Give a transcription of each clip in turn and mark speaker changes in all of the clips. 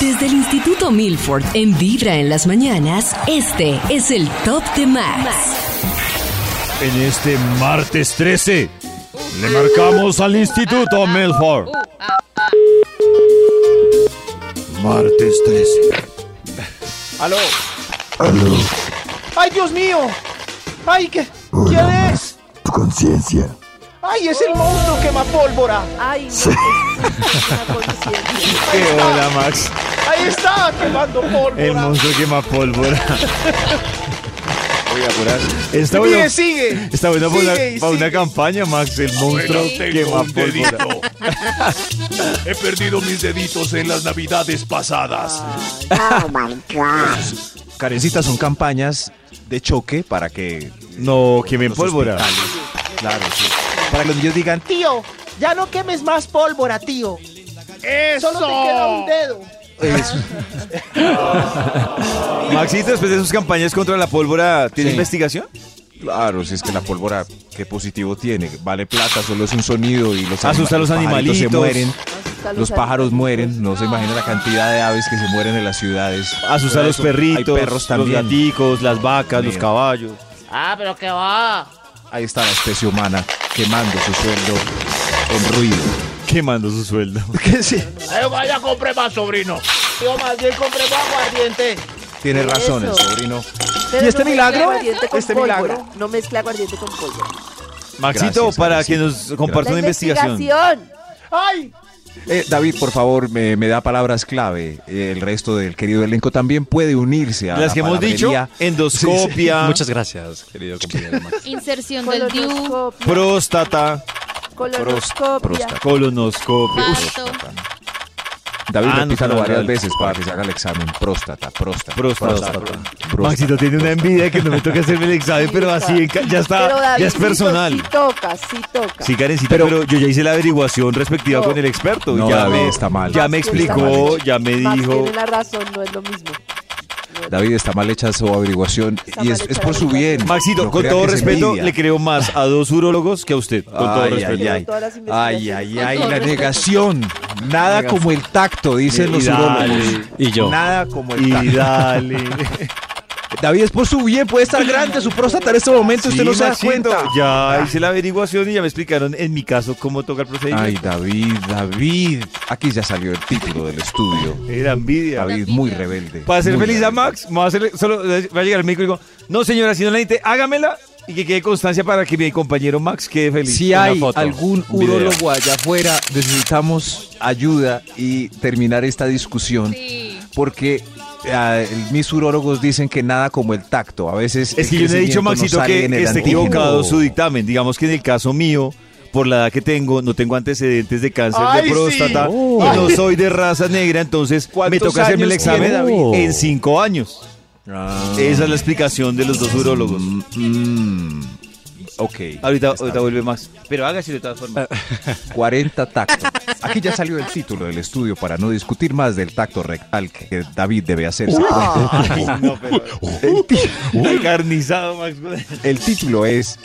Speaker 1: Desde el Instituto Milford, en Vibra en las mañanas, este es el Top de Max
Speaker 2: en este martes 13. Le marcamos al Instituto Milford. Martes 13.
Speaker 3: Aló.
Speaker 4: Aló,
Speaker 3: Ay, Dios mío. Ay, ¿qué, ¿quién es?
Speaker 4: tu conciencia.
Speaker 3: Ay, es el monstruo quema pólvora.
Speaker 5: Ay, no, es una conciencia.
Speaker 2: ¿Qué hola, Max?
Speaker 3: Ahí está quemando
Speaker 2: El
Speaker 3: pólvora.
Speaker 2: monstruo quema pólvora.
Speaker 3: Voy a apurar.
Speaker 2: Está
Speaker 3: Sigue,
Speaker 2: bueno.
Speaker 3: sigue.
Speaker 2: Está bueno para una,
Speaker 3: Sigue,
Speaker 2: para una
Speaker 3: sigue.
Speaker 2: campaña, Max. El monstruo
Speaker 6: Tengo
Speaker 2: quema
Speaker 6: un dedito.
Speaker 2: pólvora.
Speaker 6: He perdido mis deditos en las navidades pasadas.
Speaker 3: Karencita, son campañas de choque para que
Speaker 2: No, quemen
Speaker 3: los
Speaker 2: pólvora.
Speaker 3: hospitales- Claro, sí. Para que los niños digan, tío, ya no quemes más pólvora, tío. Solo te queda un dedo.
Speaker 2: Maxito, después de sus campañas contra la pólvora, ¿tiene
Speaker 7: Sí.
Speaker 2: investigación?
Speaker 7: Claro, si es que la pólvora, ¿qué positivo tiene? Vale plata, solo es un sonido y los
Speaker 2: Asusta a
Speaker 7: anima-
Speaker 2: los
Speaker 7: pajaritos
Speaker 2: animalitos.
Speaker 7: se mueren,
Speaker 5: Asusta a
Speaker 7: los pájaros mueren, no se imagina la cantidad de aves que se mueren en las ciudades.
Speaker 2: Asustar a los
Speaker 7: Eso, hay
Speaker 2: perritos,
Speaker 7: perros
Speaker 2: los
Speaker 7: también.
Speaker 2: gaticos, las vacas, los
Speaker 7: Mira.
Speaker 2: caballos.
Speaker 7: Ahí está la especie humana quemando su sueldo en ruido.
Speaker 2: Quemando su sueldo.
Speaker 6: Eh, vaya, compre más, sobrino.
Speaker 3: Tío, más bien compremos aguardiente.
Speaker 7: Tiene razón el
Speaker 5: Eso.
Speaker 7: sobrino.
Speaker 5: Pero
Speaker 3: ¿Y este
Speaker 5: no mezcla
Speaker 3: milagro?
Speaker 5: aguardiente con
Speaker 3: ¿Este
Speaker 5: pólvora.
Speaker 3: milagro?
Speaker 5: No mezcla aguardiente con pólvora.
Speaker 2: Maxito,
Speaker 7: Gracias,
Speaker 2: para que
Speaker 7: Karencita.
Speaker 2: nos comparta
Speaker 5: La
Speaker 2: una investigación.
Speaker 5: investigación.
Speaker 3: Ay,
Speaker 7: Eh, David, por favor, me, me da palabras clave. Eh, El resto del querido elenco también puede unirse a
Speaker 2: Las
Speaker 7: la
Speaker 2: que hemos dicho,
Speaker 7: palabrería.
Speaker 2: endoscopia,
Speaker 8: Muchas gracias, querido compañero. Max.
Speaker 9: Inserción del DIU,
Speaker 5: Colonoscopia.
Speaker 2: próstata,
Speaker 5: Colonoscopia.
Speaker 7: próstata.
Speaker 2: colonoscopia. Uy,
Speaker 9: parto,
Speaker 7: David,
Speaker 2: Ah, no,
Speaker 7: repítalo
Speaker 2: no, no,
Speaker 7: varias
Speaker 2: no.
Speaker 7: veces para que se haga el examen. Próstata, próstata.
Speaker 2: Próstata.
Speaker 7: próstata.
Speaker 2: Maxito tiene una envidia que no me toca hacerme el examen, pero así en ca- ya
Speaker 5: Pero
Speaker 2: está, ya es
Speaker 5: Davidcito, Sí
Speaker 2: personal.
Speaker 5: toca, sí toca.
Speaker 2: Sí, Karencita, pero, yo ya hice la averiguación respectiva
Speaker 5: No.
Speaker 2: con el experto.
Speaker 7: No,
Speaker 2: ya
Speaker 7: David,
Speaker 2: me-
Speaker 7: está mal.
Speaker 2: Ya me
Speaker 5: Max tiene la
Speaker 2: explicó,
Speaker 5: razón.
Speaker 2: ya me
Speaker 5: Max
Speaker 2: dijo.
Speaker 5: tiene la razón, no es lo mismo.
Speaker 7: David, está mal hecha su averiguación
Speaker 5: Está
Speaker 7: y
Speaker 5: mal
Speaker 7: es,
Speaker 5: hecha
Speaker 7: es
Speaker 5: la
Speaker 7: por su
Speaker 5: averiguación.
Speaker 7: bien.
Speaker 2: Maxito,
Speaker 7: No
Speaker 2: con
Speaker 7: crea
Speaker 2: todo
Speaker 7: que se
Speaker 2: respeto,
Speaker 7: envidia.
Speaker 2: le creo más a dos urólogos que a usted. Con todo
Speaker 7: Ay,
Speaker 2: respeto.
Speaker 7: ay, ay.
Speaker 5: Todas las
Speaker 7: Ay,
Speaker 5: investigaciones.
Speaker 7: ay,
Speaker 5: Con
Speaker 7: ay,
Speaker 5: todo
Speaker 7: la
Speaker 5: respeto.
Speaker 7: negación. Nada como el tacto, dicen
Speaker 2: Y
Speaker 7: los
Speaker 2: dale.
Speaker 7: urólogos.
Speaker 8: Y yo.
Speaker 7: Nada como el
Speaker 2: Y
Speaker 7: tacto.
Speaker 2: dale.
Speaker 7: David, es por su bien, puede estar grande su próstata en este momento, usted
Speaker 2: Sí,
Speaker 7: no se da
Speaker 2: Maxito,
Speaker 7: cuenta.
Speaker 2: Ya hice la averiguación y ya me explicaron en mi caso cómo toca el
Speaker 7: Ay,
Speaker 2: procedimiento.
Speaker 7: David, David. Aquí ya salió el título del estudio.
Speaker 2: Era envidia.
Speaker 7: David, muy rebelde.
Speaker 2: Para ser
Speaker 7: muy
Speaker 2: feliz a
Speaker 7: rebelde.
Speaker 2: Max, me va a, hacerle- solo, va a llegar el médico y digo, no señora, si no la necesite, hágamela y que quede constancia para que mi compañero Max quede feliz.
Speaker 7: Si
Speaker 2: Una
Speaker 7: hay
Speaker 2: foto,
Speaker 7: algún
Speaker 2: un video.
Speaker 7: urólogo allá afuera, necesitamos ayuda y terminar esta discusión
Speaker 9: sí.
Speaker 7: porque ah, el- mis urólogos dicen que nada como el tacto. A veces
Speaker 2: Es que
Speaker 7: el
Speaker 2: yo le he dicho,
Speaker 7: crecimiento no
Speaker 2: Maxito,
Speaker 7: sale
Speaker 2: que
Speaker 7: en el
Speaker 2: está
Speaker 7: antígeno.
Speaker 2: equivocado su dictamen. Digamos que en el caso mío, por la edad que tengo, no tengo antecedentes de cáncer
Speaker 3: Ay,
Speaker 2: de
Speaker 3: sí.
Speaker 2: próstata
Speaker 3: Oh.
Speaker 2: y no soy de raza negra, entonces me
Speaker 7: ¿Cuántos
Speaker 2: toca hacerme el
Speaker 7: años tiene
Speaker 2: examen
Speaker 7: David?
Speaker 2: en cinco años. Esa es la explicación de los dos urólogos.
Speaker 7: Mm, ok.
Speaker 2: Ahorita,
Speaker 7: Está
Speaker 2: ahorita
Speaker 7: bien.
Speaker 2: vuelve Max. Pero hágase de todas formas.
Speaker 7: 40 tactos. Aquí ya salió el título del estudio para no discutir más del tacto rectal que David debe hacerse.
Speaker 2: Encarnizado, Max.
Speaker 7: El título es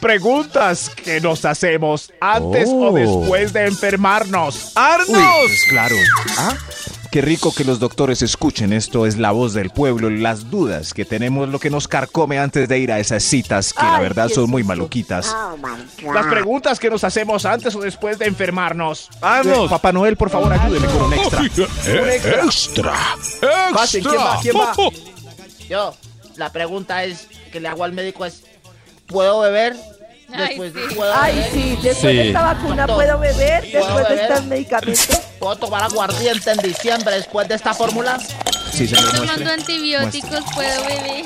Speaker 10: Preguntas que nos hacemos antes o después de enfermarnos.
Speaker 7: Oh. Uy, pues claro. ¿Ah? Qué rico que los doctores escuchen esto, es la voz del pueblo, las dudas que tenemos, lo que nos carcome antes de ir a esas citas que la
Speaker 5: Ay,
Speaker 7: verdad
Speaker 5: qué
Speaker 7: son muy
Speaker 5: susto.
Speaker 7: maluquitas.
Speaker 10: Las preguntas que nos hacemos antes o después de enfermarnos.
Speaker 2: ¡Vamos!
Speaker 10: Papá Noel, por favor, ayúdeme con un extra.
Speaker 6: extra. Extra.
Speaker 3: Pasen, ¿quién va? ¿Quién va?
Speaker 11: Yo, la pregunta es que le hago al médico es, ¿puedo beber?
Speaker 9: Ay,
Speaker 11: Después
Speaker 9: sí.
Speaker 11: puedo
Speaker 5: Ay,
Speaker 11: beber?
Speaker 5: sí, después de
Speaker 8: Sí.
Speaker 5: esta vacuna puedo beber, después de este
Speaker 11: beber?
Speaker 5: estos medicamentos.
Speaker 11: ¿Puedo tomar aguardiente en diciembre después de esta fórmula?
Speaker 7: Sí, señor, muestre.
Speaker 9: tomando antibióticos, puedo beber.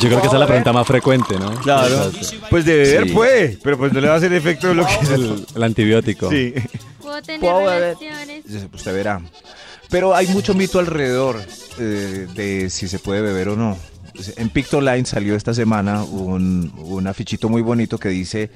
Speaker 8: Yo creo que esa es la pregunta más frecuente, ¿no?
Speaker 2: Claro.
Speaker 8: Exacto.
Speaker 2: Pues de beber
Speaker 7: Sí.
Speaker 2: puede, pero pues no le va a hacer efecto lo que es el...
Speaker 8: El, el antibiótico.
Speaker 2: Sí.
Speaker 9: Puedo tener
Speaker 5: Puedo beber.
Speaker 9: relaciones.
Speaker 7: Usted verá. Pero hay mucho mito alrededor eh, de si se puede beber o no. en Pictoline salió esta semana un, un afichito muy bonito que dice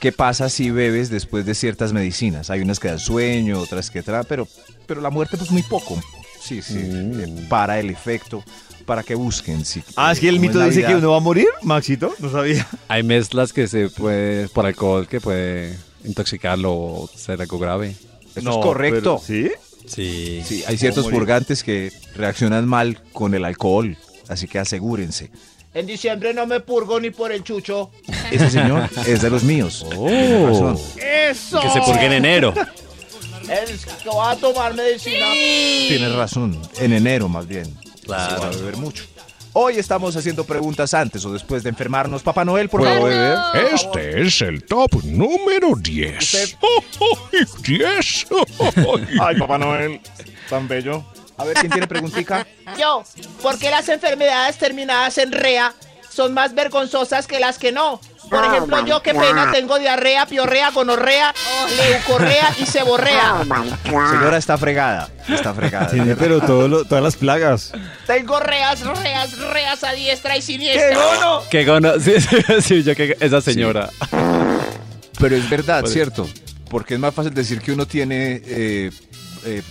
Speaker 7: qué pasa si bebes después de ciertas medicinas. Hay unas que dan sueño, otras que traen, pero, pero la muerte pues muy poco. Sí, sí, eh, para el efecto, para que busquen. sí.
Speaker 2: Mm. Ah, es que el
Speaker 7: ¿Cómo es
Speaker 2: mito
Speaker 7: la
Speaker 2: dice
Speaker 7: vida?
Speaker 2: que uno va a morir, Maxito. No sabía.
Speaker 8: Hay mezclas que se puede, por alcohol, que puede intoxicarlo o ser algo grave.
Speaker 7: Eso es correcto.
Speaker 2: ¿Sí?
Speaker 8: Sí.
Speaker 7: Sí, hay ciertos
Speaker 8: Morir.
Speaker 7: purgantes que reaccionan mal con el alcohol, así que asegúrense.
Speaker 11: En diciembre no me purgo ni por el chucho.
Speaker 7: Ese señor es de los míos. Tiene razón.
Speaker 11: ¡Eso!
Speaker 7: Que se purgue en enero.
Speaker 11: Es que va a tomar medicina.
Speaker 7: Tienes razón, en enero más bien.
Speaker 8: Claro.
Speaker 7: Así va a beber mucho. Hoy estamos haciendo preguntas antes o después de enfermarnos. Papá Noel, por favor.
Speaker 2: ¿Eh?
Speaker 9: Oh.
Speaker 12: Este es el top número ¡Oh, 10. ¡10! oh,
Speaker 10: Ay, Papá Noel, tan bello.
Speaker 7: A ver, ¿quién tiene preguntica?
Speaker 11: Yo, ¿por qué las enfermedades terminadas en rea son más vergonzosas que las que no? Por ejemplo, yo qué pena tengo diarrea, piorrea, gonorrea, leucorrea y ceborrea.
Speaker 7: Señora está fregada. Está fregada.
Speaker 2: Tiene, pero todo lo- todas las plagas.
Speaker 11: Tengo reas, reas, reas a diestra y siniestra. ¡Qué gono!
Speaker 8: Qué gono. Sí, sí, sí, yo que esa señora.
Speaker 7: Pero es verdad,
Speaker 8: Pues-
Speaker 7: ¿cierto? Porque es más fácil decir que uno tiene eh, eh,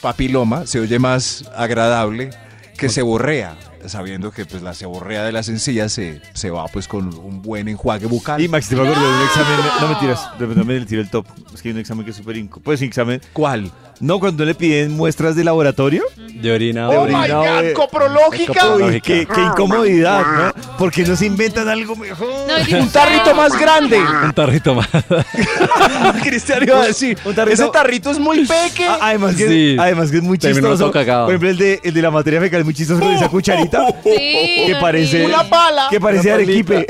Speaker 7: papiloma, se oye más agradable, que se borrea, sabiendo que pues, la seborrea de las encías se, se va pues con un buen enjuague bucal.
Speaker 2: Y Max, te acuerdas de un examen. No mentiras, de verdad me tiré el top. Es que hay un examen que es súper inco. Pues, examen.
Speaker 7: ¿Cuál?
Speaker 2: No, cuando le piden muestras de laboratorio.
Speaker 8: De orina.
Speaker 2: De
Speaker 8: o-
Speaker 2: orina o de-
Speaker 10: coprológica.
Speaker 2: Uy, qué, qué incomodidad, ¿no? Porque no se inventan algo mejor.
Speaker 10: Un tarrito más grande.
Speaker 8: Un tarrito más.
Speaker 2: Cristian
Speaker 10: iba a decir, ese
Speaker 2: tarrito es muy peque. además, que,
Speaker 8: Sí.
Speaker 2: además que es muy
Speaker 8: Terminó
Speaker 2: chistoso.
Speaker 8: todo cagado.
Speaker 2: Por ejemplo, el de, el de la materia fecal es muy chistoso con esa cucharita. que parece.
Speaker 10: Una pala.
Speaker 2: Que parece
Speaker 10: Una
Speaker 2: arequipe.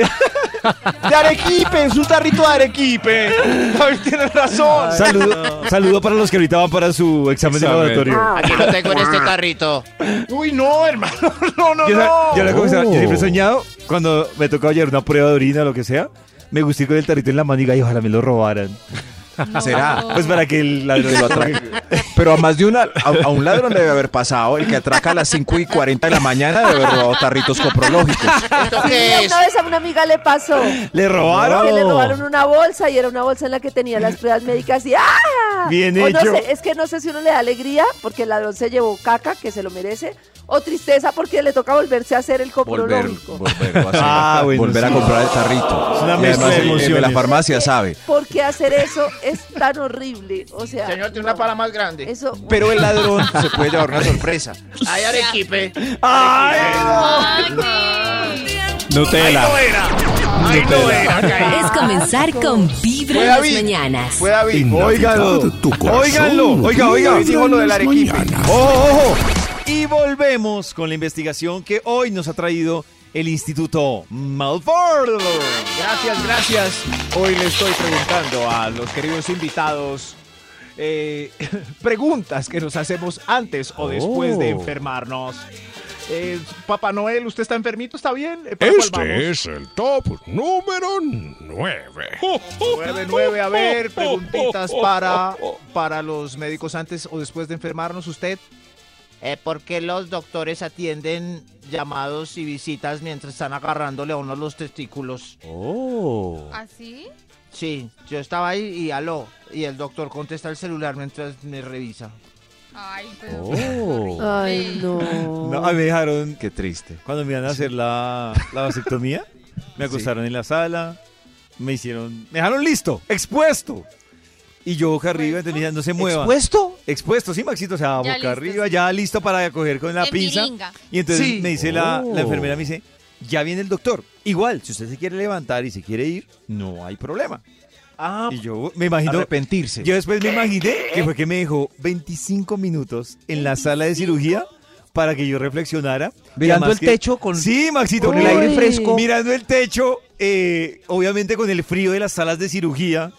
Speaker 10: De Arequipe, es un tarrito de Arequipe. David tiene razón.
Speaker 2: saludo, saludo para los que ahorita van para su examen, de laboratorio.
Speaker 11: Aquí lo tengo en este tarrito.
Speaker 10: Uy, no, hermano. No, no,
Speaker 2: yo, sa-
Speaker 10: no.
Speaker 2: yo la confesaba, yo siempre he soñado, cuando me tocaba llevar una prueba de orina o lo que sea, me gusté con el tarrito en la mano y diga, "Ay, ojalá me lo robaran.
Speaker 7: ¿Será?
Speaker 2: Pues para que el ladrón
Speaker 7: Que lo atraque. Ah, Pero a más de una, a, a un ladrón debe haber pasado, el que atraca a las 5 y 40 de la mañana debe haber robado tarritos coprológicos.
Speaker 5: Sí, una vez a una amiga le pasó.
Speaker 2: Le robaron.
Speaker 5: Que le robaron una bolsa y era una bolsa en la que tenía las pruebas médicas y ¡ah!
Speaker 2: Bien
Speaker 5: O no
Speaker 2: hecho.
Speaker 5: sé, es que no sé si uno le da alegría porque el ladrón se llevó caca, que se lo merece, o tristeza porque le toca volverse a hacer el
Speaker 7: Volver,
Speaker 5: coprológico.
Speaker 7: volverlo a hacer,
Speaker 2: Ah, bueno,
Speaker 7: volver a
Speaker 2: sí.
Speaker 7: comprar el tarrito.
Speaker 2: Es una
Speaker 7: Y
Speaker 2: mezcla
Speaker 7: además
Speaker 2: de
Speaker 7: el- el de la
Speaker 2: emociones.
Speaker 7: farmacia sabe.
Speaker 5: ¿Por qué hacer eso es tan horrible? O sea,
Speaker 11: Señor, tiene una pala más grande.
Speaker 5: eso...
Speaker 7: Pero el ladrón se puede llevar una sorpresa.
Speaker 11: Hay arequipe.
Speaker 8: Nutella.
Speaker 1: Es comenzar con Vibra en las mañanas.
Speaker 10: Fue David.
Speaker 2: Óigalo. Óiganlo. Oiga, oiga.
Speaker 10: Dijo lo del Arequipe.
Speaker 2: Ojo, ojo. Y volvemos con la investigación que hoy nos ha traído el Instituto Malford.
Speaker 7: Gracias, gracias. Hoy le estoy preguntando a los queridos invitados eh, preguntas que nos hacemos antes
Speaker 10: o después de
Speaker 7: Oh.
Speaker 10: enfermarnos. Eh, Papá Noel, ¿usted está enfermito? ¿Está bien? Eh, ¿para cuál vamos?
Speaker 12: Este es el top número 9.
Speaker 7: 9-9, a ver, preguntitas
Speaker 12: Oh,
Speaker 7: para, para los médicos antes o después de enfermarnos. Usted,
Speaker 11: Eh, ¿Por qué los doctores atienden llamados y visitas mientras están agarrándole a uno los testículos?
Speaker 8: Oh.
Speaker 9: ¿Así?
Speaker 11: Sí, yo estaba ahí y aló. Y el doctor contesta el celular mientras me revisa.
Speaker 9: Ay, pero.
Speaker 5: Ah,
Speaker 8: Oh.
Speaker 5: Ay, no.
Speaker 2: No, a mí me dejaron
Speaker 7: qué triste.
Speaker 2: Cuando me iban a hacer la, la vasectomía, me acostaron en la sala, me hicieron, me dejaron listo, expuesto. Y yo boca arriba, entendía, no se mueva.
Speaker 7: ¿Expuesto?
Speaker 2: Expuesto, sí, Maxito, o sea, boca
Speaker 9: listo,
Speaker 2: arriba,
Speaker 9: sí.
Speaker 2: ya listo para coger con la
Speaker 9: En
Speaker 2: pinza.
Speaker 9: miringa.
Speaker 2: Y entonces
Speaker 7: Sí.
Speaker 2: me dice la,
Speaker 8: Oh.
Speaker 2: la enfermera, me dice, ya viene el doctor. Igual, si usted se quiere levantar y se quiere ir, no hay problema.
Speaker 7: Ah,
Speaker 2: Y yo
Speaker 11: pues,
Speaker 2: me imagino,
Speaker 7: arrepentirse.
Speaker 2: yo después me imaginé que fue que me dejó 25 minutos en la sala de cirugía para que yo reflexionara. Y
Speaker 7: Mirando
Speaker 2: además
Speaker 7: el techo con-
Speaker 2: Sí, Maxito.
Speaker 7: con el
Speaker 2: uy,
Speaker 7: aire fresco.
Speaker 2: Mirando el techo, eh, obviamente con el frío de las salas de cirugía.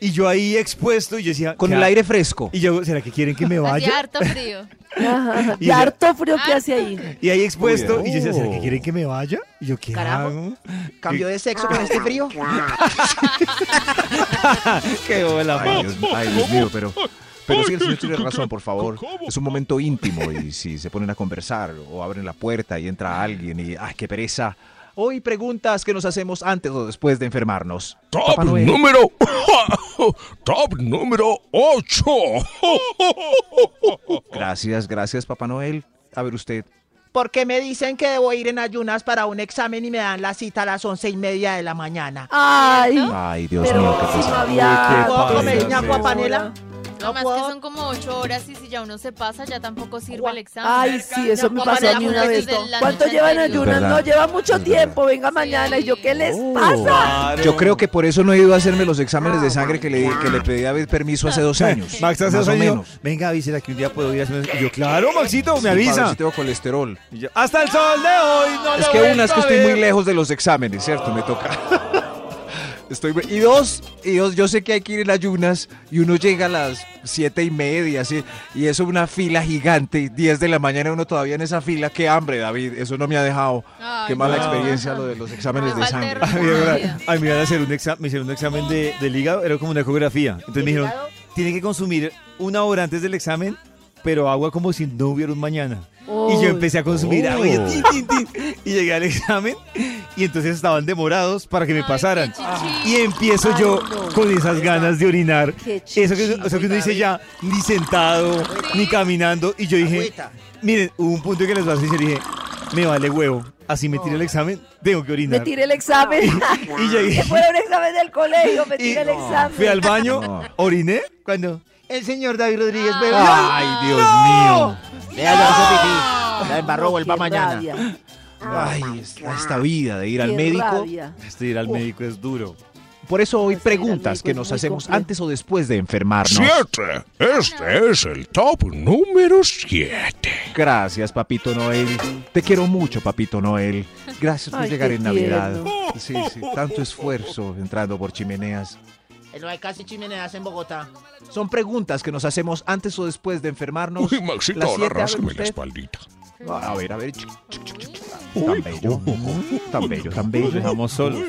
Speaker 2: Y yo ahí expuesto y yo decía...
Speaker 7: Con
Speaker 2: ¿qué
Speaker 7: el
Speaker 2: ha-
Speaker 7: aire fresco.
Speaker 2: Y yo, ¿será que quieren que me
Speaker 9: Hacía
Speaker 2: vaya?
Speaker 9: harto frío.
Speaker 5: Ajá,
Speaker 2: Y
Speaker 5: de
Speaker 2: ya-
Speaker 5: harto frío que hace ahí.
Speaker 2: Y ahí expuesto y yo decía, ¿será que
Speaker 8: Oh.
Speaker 2: quieren que me vaya? Y yo, ¿qué
Speaker 11: Carajo.
Speaker 2: hago?
Speaker 11: ¿Cambio de sexo con este frío?
Speaker 2: Qué hola,
Speaker 7: Ay, Dios, ay, Dios mío, pero, Pero si el señor tiene razón, por favor. Es un momento íntimo y si se ponen a conversar o abren la puerta y entra alguien y, ay, qué pereza. Hoy preguntas que nos hacemos antes o después de enfermarnos.
Speaker 12: Top número. Top número 8.
Speaker 7: Gracias, gracias, Papá Noel. A ver usted.
Speaker 11: Porque me dicen que debo ir en ayunas para un examen y me dan la cita a las once y media de la mañana.
Speaker 5: Ay,
Speaker 7: Ay, Dios
Speaker 5: Pero
Speaker 7: mío, qué
Speaker 5: si no
Speaker 7: pesar.
Speaker 5: había-
Speaker 7: Uy, qué
Speaker 11: ¿Puedo
Speaker 7: padre,
Speaker 11: comer mi
Speaker 7: Dios mío.
Speaker 11: agua panela?
Speaker 9: No, más que son como ocho horas y si ya uno se pasa, ya tampoco sirve el examen.
Speaker 5: Ay, sí, eso me pasó a mí una vez.
Speaker 9: Desde la
Speaker 5: ¿Cuánto
Speaker 9: noche
Speaker 5: llevan
Speaker 9: anterior.
Speaker 5: ayunas?
Speaker 7: verdad.
Speaker 5: No, lleva mucho tiempo. Venga mañana. ¿Y yo qué les pasa?
Speaker 7: Yo creo que por eso no he ido a hacerme los exámenes de sangre que le, que le pedí a David permiso hace dos años.
Speaker 2: Max hace dos
Speaker 7: más o
Speaker 2: años,
Speaker 7: menos.
Speaker 2: Venga, avísela que un día puedo ir a hacer-". Y yo, claro, Maxito, me
Speaker 7: Sí,
Speaker 2: avisa.
Speaker 7: Pablo, sí tengo colesterol.
Speaker 2: Y yo, Hasta el sol de hoy no
Speaker 7: Es
Speaker 2: lo
Speaker 7: que
Speaker 2: vuelvo
Speaker 7: una es que
Speaker 2: a
Speaker 7: estoy
Speaker 2: ver".
Speaker 7: muy lejos de los exámenes, ¿cierto? Me toca. Estoy, y dos, y dos, yo sé que hay que ir en ayunas y uno llega a las siete y media, así, y eso una fila gigante, y 10 de la mañana uno todavía en esa fila, qué hambre, David, eso no me ha dejado,
Speaker 9: Ay,
Speaker 7: qué mala
Speaker 2: no.
Speaker 7: experiencia lo de los exámenes de
Speaker 9: Falta de
Speaker 7: sangre.
Speaker 2: A mí, ahora- a mí me iban a hacer un examen, me hicieron un examen de, del hígado, era como una ecografía. Entonces me dijeron, tiene que consumir una hora antes del examen, pero agua como si no hubiera un mañana. Y yo empecé a consumir agua y, yo, tin, tin, tin, y llegué al examen y entonces estaban demorados para que me pasaran. Y empiezo
Speaker 6: Ay,
Speaker 2: yo
Speaker 6: no.
Speaker 2: con esas ganas de orinar.
Speaker 6: Qué
Speaker 2: Eso que, o sea, que uno dice ya, ni sentado, ni caminando. Y yo dije, miren, hubo un punto que les va a decir, dije, me vale huevo, así me tire el examen, tengo que
Speaker 5: Oh. Me
Speaker 2: orinar.
Speaker 5: tiré el examen.
Speaker 2: Y llegué.
Speaker 5: Que fuera un examen del colegio. Me tiré el examen.
Speaker 2: Fui al baño, oriné. Cuando el señor David Rodríguez
Speaker 11: Ah.
Speaker 5: bebió.
Speaker 2: Ay, Dios mío.
Speaker 3: Vea, ya hizo pipí. La embarró, vuelva mañana.
Speaker 5: Rabia.
Speaker 7: Ay, esta, esta vida de ir
Speaker 5: Qué
Speaker 7: al médico.
Speaker 5: rabia.
Speaker 2: Este ir al médico es duro.
Speaker 7: Por eso hoy preguntas que nos hacemos antes o después de enfermarnos.
Speaker 12: Siete. Este es el top número 7.
Speaker 7: Gracias, Papito Noel. Te quiero mucho, Papito Noel. Gracias por
Speaker 11: Ay,
Speaker 7: llegar
Speaker 11: qué
Speaker 7: en Navidad.
Speaker 11: tierno.
Speaker 7: Sí, sí, tanto esfuerzo entrando por chimeneas.
Speaker 11: No hay casi chimeneas en Bogotá.
Speaker 7: Son preguntas que nos hacemos antes o después de enfermarnos.
Speaker 12: Uy, Maxito,
Speaker 7: Las
Speaker 12: ahora
Speaker 7: siete, a ver
Speaker 12: ráscame la
Speaker 7: usted.
Speaker 12: espaldita.
Speaker 7: A ver, a ver. chic, chic, chic, chic. Tan bello. Tan bello, tan bello.
Speaker 2: Nos dejamos solos.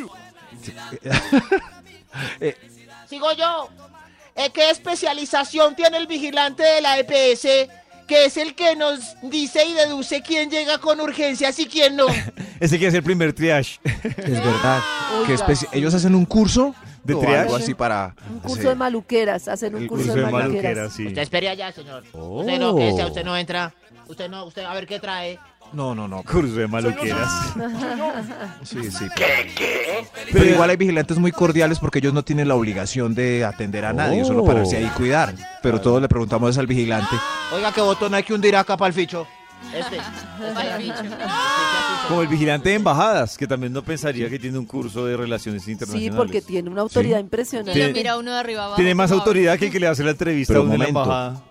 Speaker 11: Sigo yo. Eh, ¿Qué especialización tiene el vigilante de la EPS? Que es el que nos dice y deduce quién llega con urgencias y quién no.
Speaker 2: Ese que es el primer triage.
Speaker 7: Es verdad.
Speaker 5: Oiga,
Speaker 7: Que especi- Ellos hacen un curso
Speaker 2: De
Speaker 7: o
Speaker 2: triage.
Speaker 7: algo así para.
Speaker 5: Un curso de maluqueras. Hacen un curso, de maluqueras.
Speaker 7: sí.
Speaker 11: Usted espere allá, señor.
Speaker 7: Oh.
Speaker 11: Usted no, que sea, usted no entra. Usted no, usted a ver qué trae.
Speaker 7: No, no, no.
Speaker 2: Curso de maluqueras.
Speaker 7: Sí, sí. Pero igual hay vigilantes muy cordiales porque ellos no tienen la obligación de atender a nadie, solo pararse ahí y cuidar. Pero todos le preguntamos al vigilante.
Speaker 11: Oh. Oiga, qué botón hay que hundir acá para el ficho. Este.
Speaker 2: Como el vigilante de embajadas, que también no pensaría que tiene un curso de relaciones internacionales.
Speaker 5: Sí, porque tiene una autoridad impresionante.
Speaker 2: Tiene-
Speaker 9: Mira uno de arriba abajo.
Speaker 2: Tiene más
Speaker 9: como
Speaker 2: autoridad que el que le hace la entrevista
Speaker 7: Pero
Speaker 2: a
Speaker 7: un
Speaker 2: uno en la
Speaker 7: momento.
Speaker 2: embajada.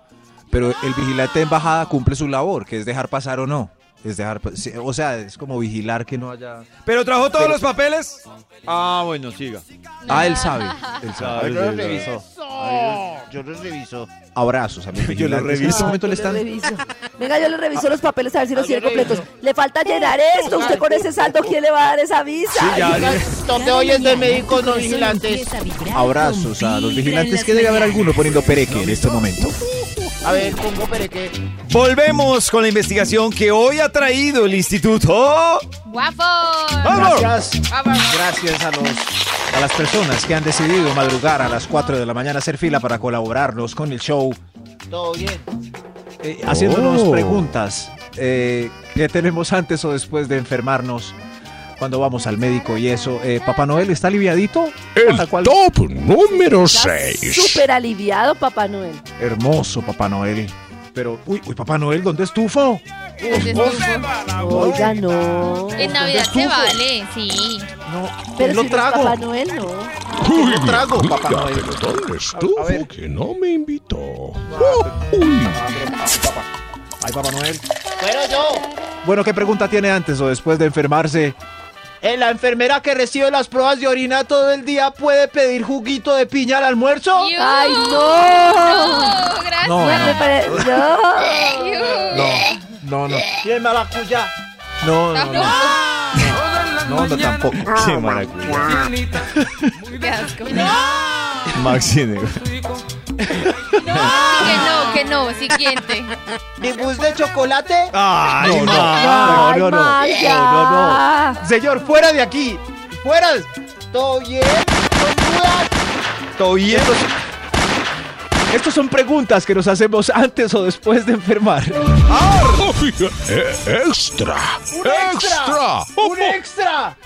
Speaker 7: Pero el vigilante de embajada cumple su labor, que es dejar pasar o no. Es dejar, pa- sí, o sea, es como vigilar que no haya.
Speaker 2: Pero trajo todos los papeles. Ah, bueno, siga.
Speaker 7: Ah, él sabe. Él sabe.
Speaker 2: Claro, sí, sí, sí.
Speaker 3: Yo los reviso.
Speaker 7: Abrazos a mi vigilante. En este momento le
Speaker 5: Ah, Yo
Speaker 7: están.
Speaker 5: le reviso. Venga, yo le reviso los papeles a ver si los tiene completos. Le falta llenar esto. Usted con ese saldo, ¿quién le va a dar esa visa?
Speaker 7: Sí, ya,
Speaker 5: Oiga,
Speaker 7: ya.
Speaker 11: Donde hoy es de médicos no vigilantes.
Speaker 7: Abrazos a los vigilantes, que debe haber alguno poniendo pereque en este momento.
Speaker 11: A ver, pongo pereque.
Speaker 2: Volvemos con la investigación que hoy ha traído el instituto.
Speaker 9: ¡Guapo!
Speaker 7: Gracias. Gracias a los a las personas que han decidido madrugar a las 4 de la mañana hacer fila para colaborarnos con el show,
Speaker 11: Todo bien.
Speaker 7: eh, haciéndonos preguntas eh, que tenemos antes o después de enfermarnos cuando vamos al médico y eso. Eh, Papá Noel está aliviadito.
Speaker 12: El top número 6.
Speaker 5: Súper aliviado, Papá Noel.
Speaker 7: Hermoso Papá Noel. Pero, uy, uy, Papá Noel, ¿dónde estufo?
Speaker 5: Oiga, no.
Speaker 9: En Navidad se vale, sí.
Speaker 7: lo
Speaker 5: Pero si no es
Speaker 7: trago.
Speaker 5: Papá Noel, no.
Speaker 12: Uy,
Speaker 7: trago, Papá
Speaker 12: mira,
Speaker 7: Noel.
Speaker 12: pero ¿dónde estuvo que no me invitó? Oh,
Speaker 7: Ay, Papá Noel.
Speaker 11: Pero yo,
Speaker 7: Bueno, ¿qué pregunta tiene antes o después de enfermarse?
Speaker 11: eh, la enfermera que recibe las pruebas de orina todo el día puede pedir juguito de piña al almuerzo.
Speaker 5: ¡Ay, Oh.
Speaker 9: No,
Speaker 5: no!
Speaker 9: gracias.
Speaker 7: No,
Speaker 5: Me pare- Eh, no.
Speaker 7: No, no, no.
Speaker 11: Y el maracuyá.
Speaker 7: No, no, no. No, no, tampoco.
Speaker 2: Qué maravilla.
Speaker 9: Qué asco.
Speaker 2: Max tiene.
Speaker 9: Que no, que no, siguiente.
Speaker 3: ¿Mi bus de chocolate?
Speaker 2: Ay,
Speaker 3: no, no,
Speaker 2: no, no, no, no, no,
Speaker 3: no. Señor, fuera de aquí. Fuera. Todo bien.
Speaker 2: Todo bien.
Speaker 10: Estas son preguntas que nos hacemos antes o después de enfermar.
Speaker 12: eh, ¡Extra!
Speaker 3: ¡Un extra! ¡Un extra!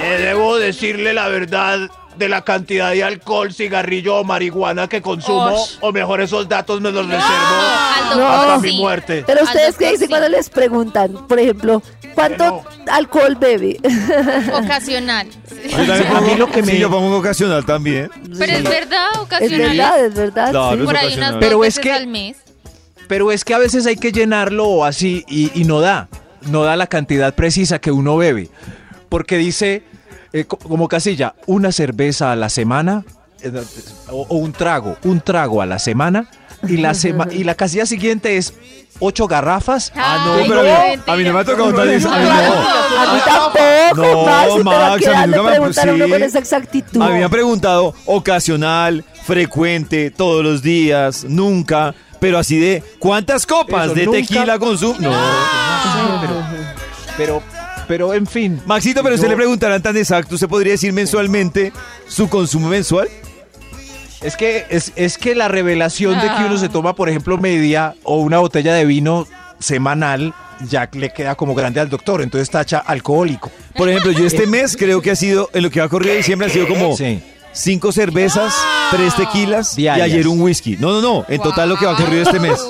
Speaker 6: Eh, debo decirle la verdad de la cantidad de alcohol, cigarrillo o marihuana que consumo,
Speaker 9: Osh.
Speaker 6: o mejor esos datos me los reservo
Speaker 9: al doctor
Speaker 6: hasta
Speaker 9: sí.
Speaker 6: mi muerte.
Speaker 5: Pero
Speaker 9: Al
Speaker 5: ustedes
Speaker 9: doctor
Speaker 5: qué dicen
Speaker 9: sí.
Speaker 5: cuando les preguntan, por ejemplo, ¿cuánto alcohol bebe?
Speaker 9: Ocasional.
Speaker 2: Yo también
Speaker 10: A mí
Speaker 2: pongo-
Speaker 10: lo que me-
Speaker 2: sí, yo pongo ocasional también.
Speaker 9: Pero es verdad,
Speaker 5: es
Speaker 9: ocasional.
Speaker 5: verdad, es verdad.
Speaker 2: Claro,
Speaker 5: sí.
Speaker 2: es
Speaker 9: Por ahí unas
Speaker 2: ocasional.
Speaker 9: dos
Speaker 2: Pero
Speaker 9: Pero
Speaker 7: es
Speaker 9: veces
Speaker 7: que-
Speaker 9: al mes.
Speaker 7: Pero es que a veces hay que llenarlo así y, y no da. No da la cantidad precisa que uno bebe. Porque dice, eh, co- como casilla, una cerveza a la semana eh, o, o un trago, un trago a la semana. Y la, sema- y la casilla siguiente es ocho garrafas.
Speaker 9: Ah,
Speaker 2: No, pero a mí, a mí no me ha tocado tal vez. A mí no.
Speaker 5: A mí tampoco,
Speaker 2: No,
Speaker 5: Max, pero
Speaker 2: Max,
Speaker 5: ¿a
Speaker 2: a
Speaker 5: qué
Speaker 2: mí
Speaker 5: edad le
Speaker 2: nunca me-
Speaker 5: preguntaron a uno
Speaker 2: sí.
Speaker 5: con esa exactitud?
Speaker 2: A mí me han preguntado ocasional, frecuente, todos los días, nunca, pero así de ¿cuántas copas
Speaker 7: Eso,
Speaker 2: de
Speaker 7: nunca.
Speaker 2: tequila consumo? No.
Speaker 7: Pero, pero en fin.
Speaker 2: Maxito, pero usted
Speaker 7: Yo-
Speaker 2: le preguntarán tan exacto, ¿usted podría decir mensualmente su consumo mensual?
Speaker 7: Es que, es, es que la revelación de que
Speaker 9: Ah.
Speaker 7: uno se toma, por ejemplo, media o una botella de vino semanal, ya le queda como grande al doctor, entonces tacha alcohólico.
Speaker 2: Por ejemplo, yo este mes creo que ha sido, en lo que va a correr de diciembre, ha sido como
Speaker 7: Sí.
Speaker 2: cinco cervezas, tres tequilas
Speaker 7: Diarias.
Speaker 2: y ayer un whisky. No, no, no, en total lo que va a correr este mes.